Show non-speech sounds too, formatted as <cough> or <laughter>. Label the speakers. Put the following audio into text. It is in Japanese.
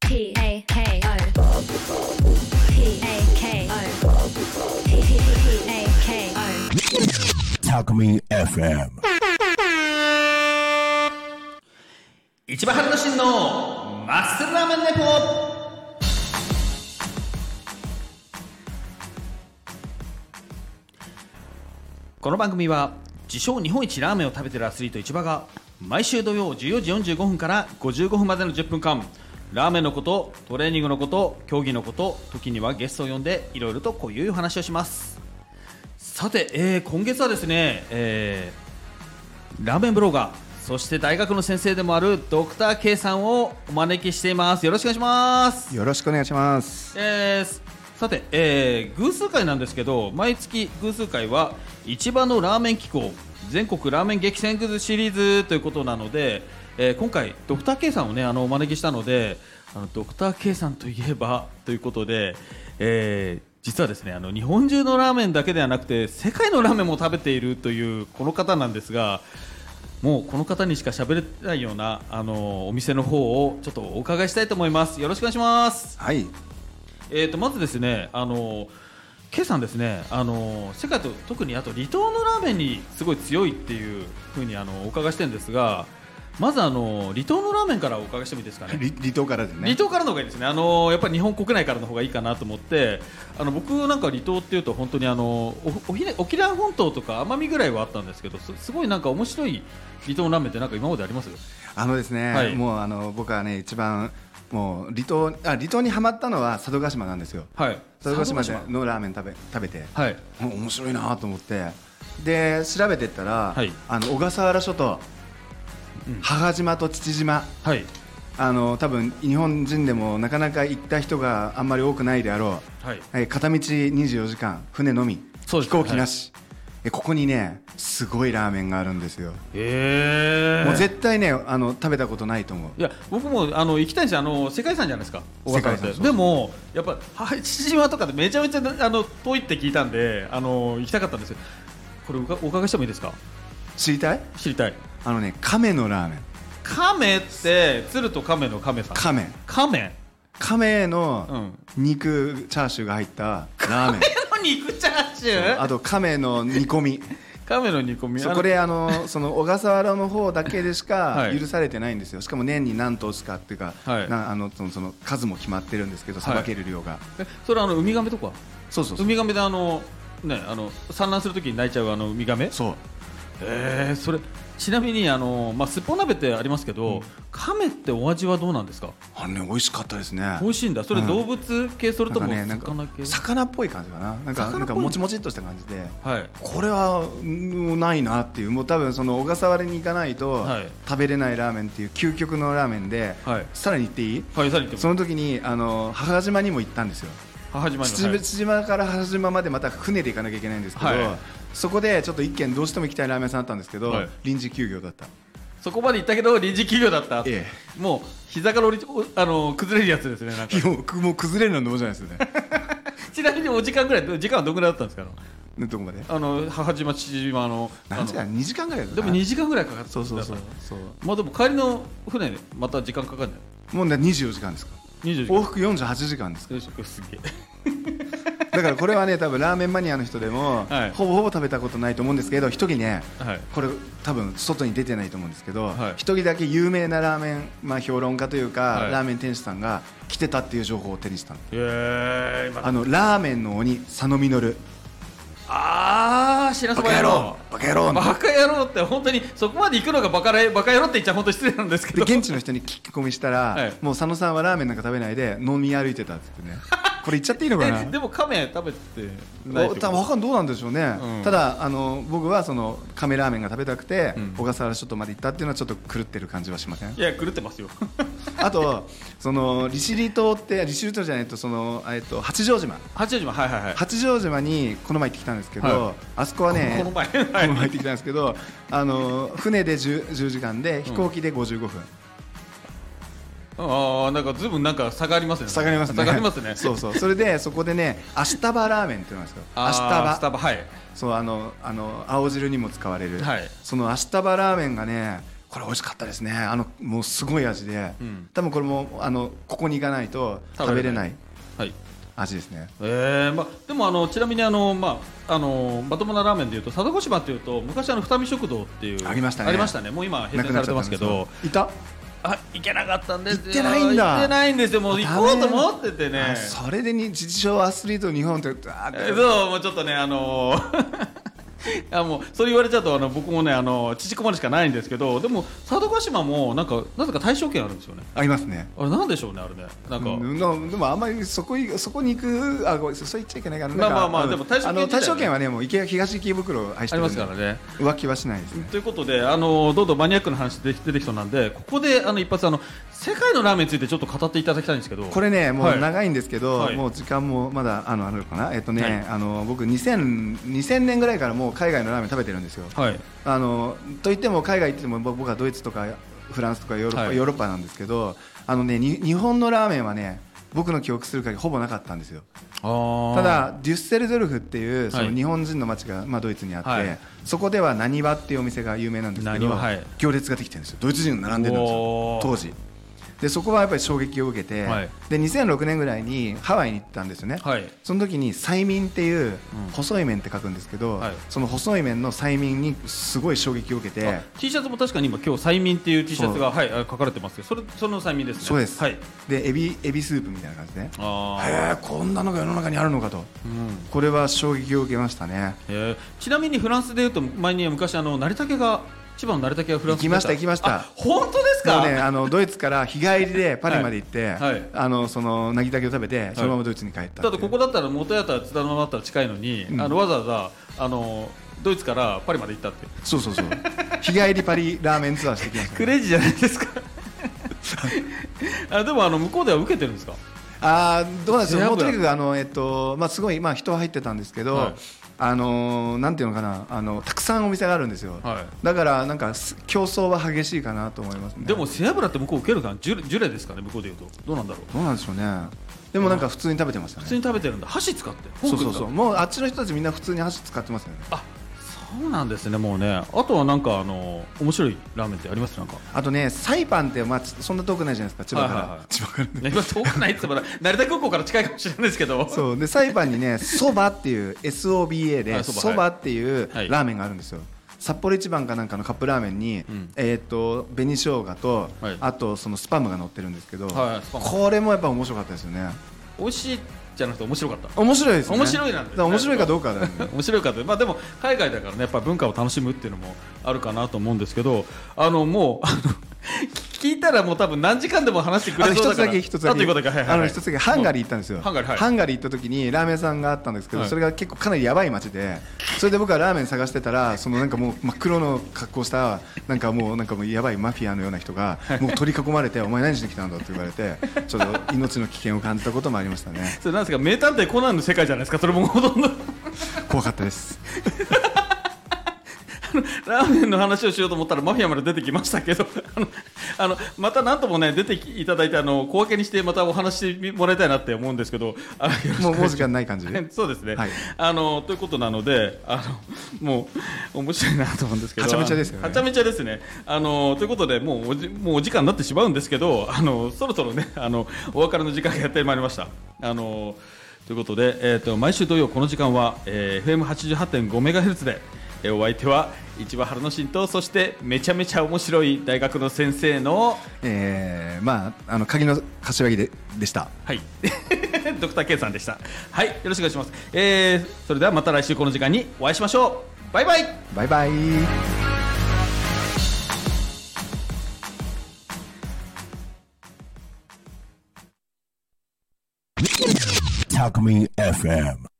Speaker 1: P A K O P A K O P A K O
Speaker 2: Talkme FM.
Speaker 3: 一番春の真のマッスルラーメンネポこの番組は自称日本一ラーメンを食べてるアスリート市場が毎週土曜14時45分から55分までの10分間ラーメンのことトレーニングのこと競技のこと時にはゲストを呼んでいろいろとこういう話をしますさて、えー今月はですね、えーラーメンブロガーそして大学の先生でもあるドクター K さんをお招きしていますよろしくお願いします、
Speaker 4: よろしくお願いします。
Speaker 3: えーさて、えー偶数回なんですけど毎月偶数回は市場のラーメン機構全国ラーメン激戦区シリーズということなので、えー今回ドクター K さんをねあのお招きしたのであのドクター K さんといえばということで、えー実はですねあの日本中のラーメンだけではなくて世界のラーメンも食べているというこの方なんですがもうこの方にしか喋れないようなあのお店の方をちょっとお伺いしたいと思いますよろしくお願いします
Speaker 4: はい。
Speaker 3: えー、とまずですね、あの今朝ですね、あの世界と特にあと離島のラーメンにすごい強いっていうふうにあのお伺いしてるんですが、まずあの離島のラーメンからお伺いしてもいいですかね。
Speaker 4: 離離島からでね。
Speaker 3: 離島からの方がいいですね、あのやっぱり日本国内からの方がいいかなと思って、あの僕なんか離島っていうと、本当にあのおおひね沖縄本島とか奄美ぐらいはあったんですけど、すすごいなんか面白い離島のラーメンって、なんか今まであります
Speaker 4: あのですね、
Speaker 3: はい
Speaker 4: もうあの僕はね一番もう離島あ離島にはまったのは佐渡島なんですよ。
Speaker 3: はい、
Speaker 4: 佐渡島でのラーメン食べ食べて、
Speaker 3: はい、
Speaker 4: うん面白いなと思ってで調べてったら、
Speaker 3: はい
Speaker 4: あの小笠原諸島、
Speaker 3: うん
Speaker 4: 母島と父島
Speaker 3: はい、
Speaker 4: あの多分日本人でもなかなか行った人があんまり多くないであろう。
Speaker 3: はい、
Speaker 4: えー片道24時間船のみ、
Speaker 3: そうで
Speaker 4: 飛
Speaker 3: すね
Speaker 4: 行機なし、えーここにねすごいラーメンがあるんですよ、
Speaker 3: え
Speaker 4: もう絶対ねあの食べたことないと思う
Speaker 3: いや僕もあの行きたいんですよあの世界遺産じゃないですか小笠原っ
Speaker 4: 世界遺産
Speaker 3: て
Speaker 4: そう
Speaker 3: でもやっぱはい父島とかでめちゃめちゃあの遠いって聞いたんであの行きたかったんですよこれおかお伺いしてもいいですか
Speaker 4: 知りたい
Speaker 3: 知りたい
Speaker 4: あのね亀のラーメン
Speaker 3: 亀って鶴と亀の亀さん
Speaker 4: 亀
Speaker 3: 亀
Speaker 4: 亀
Speaker 3: う
Speaker 4: の
Speaker 3: ん
Speaker 4: 肉チャーシューが入ったラ
Speaker 3: <laughs>
Speaker 4: ーメ
Speaker 3: の
Speaker 4: ン
Speaker 3: 肉チャーシ
Speaker 4: そう
Speaker 3: ュー
Speaker 4: あと亀の煮込
Speaker 3: <laughs>
Speaker 4: み
Speaker 3: 亀の煮込み
Speaker 4: そこであのその小笠原の方だけでし
Speaker 3: は
Speaker 4: か
Speaker 3: い
Speaker 4: 許されてないんですよしかも年に何頭しかっていうか、
Speaker 3: はい
Speaker 4: なあのそのその数も決まってるんですけど
Speaker 3: はい
Speaker 4: さばける量
Speaker 3: あ
Speaker 4: が、
Speaker 3: のえそれあのウミガメとか
Speaker 4: そうそう
Speaker 3: ウ
Speaker 4: そう
Speaker 3: ミガメであのねあの産卵するときに泣いちゃうあのウミガメ
Speaker 4: そう
Speaker 3: えー、それちなみにあのまあすっぽん鍋ってありますけど、亀ってお味はどうなんですか
Speaker 4: あれね美味しかったですね
Speaker 3: 美味しいんだそれ動物系、それとも
Speaker 4: なんかね
Speaker 3: 魚
Speaker 4: なんか
Speaker 3: 系
Speaker 4: 魚っぽい感じかなな
Speaker 3: 魚っ
Speaker 4: んか
Speaker 3: ぽい
Speaker 4: なんかもちもちっとした感じで
Speaker 3: はい
Speaker 4: これはうんないなっていうもう多分その小笠原に行かないと
Speaker 3: はい
Speaker 4: 食べれないラーメンっていう究極のラーメンで、
Speaker 3: はい
Speaker 4: さらに行っていい
Speaker 3: はいさらに言って
Speaker 4: そ
Speaker 3: も
Speaker 4: の時にあの母島にも行ったんですよ
Speaker 3: 母島の
Speaker 4: 父島
Speaker 3: はい
Speaker 4: 父島から母島までまた船で行かなきゃいけないんですけど、
Speaker 3: はい
Speaker 4: そこでちょっと一軒どうしても行きたいラーメン屋さんあったんですけど、
Speaker 3: はい
Speaker 4: 臨時休業だった
Speaker 3: そこまで行ったけど臨時休業だった、
Speaker 4: え
Speaker 3: もう膝から折りおあの崩れるやつですねなんか
Speaker 4: いやもうくもう崩れるのもじゃな
Speaker 3: <laughs>
Speaker 4: いですよね
Speaker 3: ちなみにお時間ぐらい時間はどのぐらいだったんですか
Speaker 4: どこまで
Speaker 3: あの母島父島のあの
Speaker 4: 何時間2時間ぐらいだった
Speaker 3: で
Speaker 4: か
Speaker 3: も
Speaker 4: な
Speaker 3: 2時間ぐらいかかった
Speaker 4: そうそうそう
Speaker 3: そうまあでも帰りの船でまた時間かかるんじ
Speaker 4: もうね24時間ですか
Speaker 3: ゃない24時
Speaker 4: 往
Speaker 3: 間
Speaker 4: 復48時間です
Speaker 3: よしすげえ
Speaker 4: だからこれはね多分ラーメンマニアの人でも、
Speaker 3: はい
Speaker 4: ほぼほぼ食べたことないと思うんですけど一人ね
Speaker 3: はい
Speaker 4: これ多分外に出てないと思うんですけど
Speaker 3: はい
Speaker 4: 一、人だけ有名なラーメン、まあ、評論家というか、
Speaker 3: はい
Speaker 4: ラーメン店主さんが来てたっていう情報を手にしたの
Speaker 3: えー、今
Speaker 4: あのラーメンの鬼佐野実
Speaker 3: あーしらそ
Speaker 4: バ
Speaker 3: ば
Speaker 4: カ
Speaker 3: 屋
Speaker 4: 野郎
Speaker 3: の
Speaker 4: バカ野郎
Speaker 3: バカ野郎って本当にそこまで行くのがバカれバカ野郎って言っちゃ本当失礼なんですけ
Speaker 4: で
Speaker 3: ど
Speaker 4: 現地の人に聞き込みしたら、
Speaker 3: はい
Speaker 4: もう佐野さんはラーメンなんか食べないで飲み歩いてたって言ってねこれ言っちゃっていいのかな
Speaker 3: えでも亀食べてないって
Speaker 4: お
Speaker 3: こと
Speaker 4: たわかんどうなんでしょうね、
Speaker 3: うん
Speaker 4: ただあの僕はその亀ラーメンが食べたくて、
Speaker 3: うん
Speaker 4: 小笠原諸島まで行ったっていうのはちょっと狂ってる感じはしません
Speaker 3: いや狂ってますよ
Speaker 4: あとその利尻島って利尻島じゃないとその、えっと、八丈島
Speaker 3: 八丈島はいはいはい
Speaker 4: 八丈島にこの前行ってきたんですけど、
Speaker 3: は
Speaker 4: あそこはね
Speaker 3: この前
Speaker 4: こ
Speaker 3: はい
Speaker 4: の前行ってきたんですけどあの船で 10, 10時間で飛行機で55分、
Speaker 3: ああなんかずいぶんなんか差がありますね
Speaker 4: 下がりますね
Speaker 3: 差がありますね
Speaker 4: そうそうそれでそこでね明日葉ラーメンっていうのがあるんですよ明
Speaker 3: あ
Speaker 4: 日
Speaker 3: ー
Speaker 4: 葉
Speaker 3: スタバはい
Speaker 4: そうあのあの青汁にも使われる、
Speaker 3: はい
Speaker 4: そのアシタバラーメンがねこれ美味しかったですねあのもうすごい味で、
Speaker 3: うん
Speaker 4: 多分これもあのここに行かないと
Speaker 3: 食
Speaker 4: 食
Speaker 3: べ
Speaker 4: べ
Speaker 3: れ
Speaker 4: れ
Speaker 3: な
Speaker 4: ないい
Speaker 3: はい
Speaker 4: 味ですね
Speaker 3: えーまあ、でもあのちなみにあの、まあ、あのまともなラーメンでいうと佐渡島っていうと昔あの二見食堂っていう
Speaker 4: ありましたね
Speaker 3: ありましたねもう今閉
Speaker 4: な
Speaker 3: 店
Speaker 4: く
Speaker 3: さ
Speaker 4: なっ
Speaker 3: れ
Speaker 4: ち
Speaker 3: て
Speaker 4: ゃっ
Speaker 3: ますけど
Speaker 4: たんですよいた
Speaker 3: あ行けなかったんですよ
Speaker 4: 行ってないんだ
Speaker 3: 行ってないんですよもう行
Speaker 4: ダメ
Speaker 3: こうと思っててね
Speaker 4: あそれでに自称アスリート日本ってあ
Speaker 3: えーそうもうちょっとねあのー <laughs> あもうそれ言われちゃうとあの僕もねあの縮こまるしかないんですけどでも佐渡島もなんかなぜか対象圏あるんですよね
Speaker 4: ありますね
Speaker 3: あれなんでしょうねあれねなんか、
Speaker 4: うんのでもあんまりそこいそこに行くあごめんそう言っちゃいけないから
Speaker 3: まあまあまあ
Speaker 4: なん
Speaker 3: でも
Speaker 4: か
Speaker 3: 対象
Speaker 4: あ
Speaker 3: 圏
Speaker 4: の
Speaker 3: 自体はね
Speaker 4: 対象圏はねもう池東池袋を愛し
Speaker 3: あ
Speaker 4: て
Speaker 3: り
Speaker 4: る
Speaker 3: ま
Speaker 4: んです
Speaker 3: からね
Speaker 4: 浮気はしないですね
Speaker 3: ということで、あのどんどんマニアックな話で出てきそうなんで、ここであの一発あの、世界のラーメンについてちょっと語っていただきたいんですけど、
Speaker 4: これね、も
Speaker 3: は
Speaker 4: う
Speaker 3: い
Speaker 4: 長いんですけど、
Speaker 3: はい
Speaker 4: もう時間もまだあのあるのかな、えっとね、
Speaker 3: はい
Speaker 4: あの僕2000、2000年ぐらいからもう海外のラーメン食べてるんですよ。
Speaker 3: はい、
Speaker 4: あのといっても、海外行ってもぼ僕はドイツとかフランスとかヨーロッパ,、
Speaker 3: はい
Speaker 4: ヨーロッパなんですけど、あのねに日本のラーメンはね、僕の記憶する限りほぼなかったんですよ。た
Speaker 3: た、
Speaker 4: だデュッセルドルフっていうそ
Speaker 3: は
Speaker 4: の
Speaker 3: い
Speaker 4: 日本人の町が、まあ、ドイツにあって、
Speaker 3: はい
Speaker 4: そこではなにわっていうお店が有名なんですけ
Speaker 3: 浪
Speaker 4: ど、
Speaker 3: 速はい
Speaker 4: 行列ができてるんですよドイツ人が並んでるんです
Speaker 3: お
Speaker 4: よ
Speaker 3: ー
Speaker 4: 当時でそこはやっぱり衝撃を受けて、
Speaker 3: はい
Speaker 4: で2006年ぐらいにハワイに行ったんですよね、
Speaker 3: はい
Speaker 4: その時に催眠っていう
Speaker 3: うん
Speaker 4: 細い麺って書くんですけど、
Speaker 3: はい
Speaker 4: その細い麺の催眠にすごい衝撃を受けて
Speaker 3: T シャツも確かに今、今日催眠っていう T シャツが、
Speaker 4: そ
Speaker 3: はい、あ書かれてますけど、それその催眠ですね、
Speaker 4: そうです、
Speaker 3: はい、
Speaker 4: でエビエビスープみたいな感じでへ
Speaker 3: あー
Speaker 4: えこんなのが世の中にあるのかと
Speaker 3: うん
Speaker 4: これは衝撃を受けましたね
Speaker 3: えーちなみにフランスでいうと、前に昔、あの成田家が、千葉の成田家がフランスに出
Speaker 4: 行きました行きました
Speaker 3: あ本当です
Speaker 4: も
Speaker 3: か、
Speaker 4: うね、あのドイツから日帰りでパリまで行って、
Speaker 3: はいはい
Speaker 4: あのそのなぎたけを食べて、そのままドイツに帰ったってい
Speaker 3: だ
Speaker 4: う
Speaker 3: ってここだったら元やったら津田沼だったら近いのに、
Speaker 4: ん
Speaker 3: あのわざわざあのドイツからパリまで行ったって
Speaker 4: そうそうそう日帰りパリラーメンツアーしてきま
Speaker 3: <laughs>
Speaker 4: した、
Speaker 3: クレイジーじゃないですか <laughs> あでもあの向こうでは受けてるんですか
Speaker 4: あーどうなんです
Speaker 3: 背
Speaker 4: よもう
Speaker 3: 脂
Speaker 4: とにかくあの、えっとまあ、すごい、まあ、人は入ってたんですけど、
Speaker 3: はい
Speaker 4: あのーなんていうのかなあのたくさんお店があるんですよ、
Speaker 3: は
Speaker 4: だからなんかす競争は激しいかなと思いますね
Speaker 3: でも背脂って向こう受けるかなジュレジュレですかね向こうでいうとどうなんだろう
Speaker 4: どうなんでしょうねでもなんか普通に食べてました
Speaker 3: 普通
Speaker 4: ね
Speaker 3: に食べてるんだ箸使ってフォー
Speaker 4: そう
Speaker 3: ク
Speaker 4: そ
Speaker 3: 使っ
Speaker 4: う
Speaker 3: て
Speaker 4: そうもうあっちの人たちみんな普通に箸使ってますよね
Speaker 3: あそうなんですねもうねあとはなんかあの面白いラーメンってありますなんか
Speaker 4: あとねサイパンって、まあ、ちそんな遠くないじゃないですか千葉から、
Speaker 3: はいはいはい
Speaker 4: 千葉
Speaker 3: <laughs>
Speaker 4: からね
Speaker 3: 今遠くないっつっても成田空港から近いかもしれないですけど
Speaker 4: そうでサイパンにね <laughs> そばっていう SOBA
Speaker 3: はい
Speaker 4: で
Speaker 3: そば
Speaker 4: そばっていう
Speaker 3: はい
Speaker 4: ラーメンがあるんですよ、札幌一番かなんかのカップラーメンに、
Speaker 3: ん
Speaker 4: えー、と紅生姜と、
Speaker 3: はい
Speaker 4: あとそのスパムが乗ってるんですけど、
Speaker 3: はいスパム
Speaker 4: これもやっぱ面白かったですよね
Speaker 3: 美味しいじゃなくて面白かった
Speaker 4: 面白いですね
Speaker 3: 面白いなんだよね
Speaker 4: だから面白いかどうかだよね
Speaker 3: 面白いかと、まあ、でも海外だからねやっぱ文化を楽しむっていうのもあるかなと思うんですけどあのもうあの <laughs> 聞聞いたらもう多分何時間でも話してく
Speaker 4: あ
Speaker 3: れ
Speaker 4: と
Speaker 3: そうだ
Speaker 4: 一つ
Speaker 3: か
Speaker 4: だ
Speaker 3: ら
Speaker 4: け一つだ
Speaker 3: あということだけ、はい
Speaker 4: け
Speaker 3: はいはい
Speaker 4: あの一つだけハンガリー行ったんですよ
Speaker 3: ハンガリーはい
Speaker 4: 行った時にラーメン屋さんがあったんですけど
Speaker 3: はい
Speaker 4: それが結構かなりやばい街でそれで僕はラーメン探してたらそのなんかもう真っ黒の格好したなんかもうなんかもうやばいマフィアのような人がもう取り囲まれてお前何しに来たんだって言われてちょっと命の危険を感じたこともありましたね
Speaker 3: それなんですか名探偵コナンの世界じゃないですかそれもほとん <laughs> ど
Speaker 4: 怖かったです
Speaker 3: ラーメンの話をしようと思ったらマフィアまで出てきましたけどあのあのまた何ともね出てきいただいてあの小分けにしてまたお話してもらいたいなって思うんですけどあのよろしく
Speaker 4: もうもう時間ない感
Speaker 3: <laughs>
Speaker 4: じで
Speaker 3: そうですね、
Speaker 4: はい
Speaker 3: あのということなのであのもう面白いなと思うんですけど
Speaker 4: はちゃめちゃですよね
Speaker 3: はちゃめちゃですねあのということでもうおじもうお時間になってしまうんですけどあのそろそろねあのお別れの時間がやってまいりましたあのということで、えー、と毎週土曜この時間は、えー、FM88.5MHz で、えーお相手は市場春野新とそしてめちゃめちゃ面白い大学の先生の
Speaker 4: えーまああの鍵の柏木ででした
Speaker 3: はい。 <laughs> ドクター K さんでした。はい、よろしくお願いします。えー、それではまた来週この時間にお会いしましょう。バイバイ。
Speaker 4: バイバイ
Speaker 2: Talk Me FM.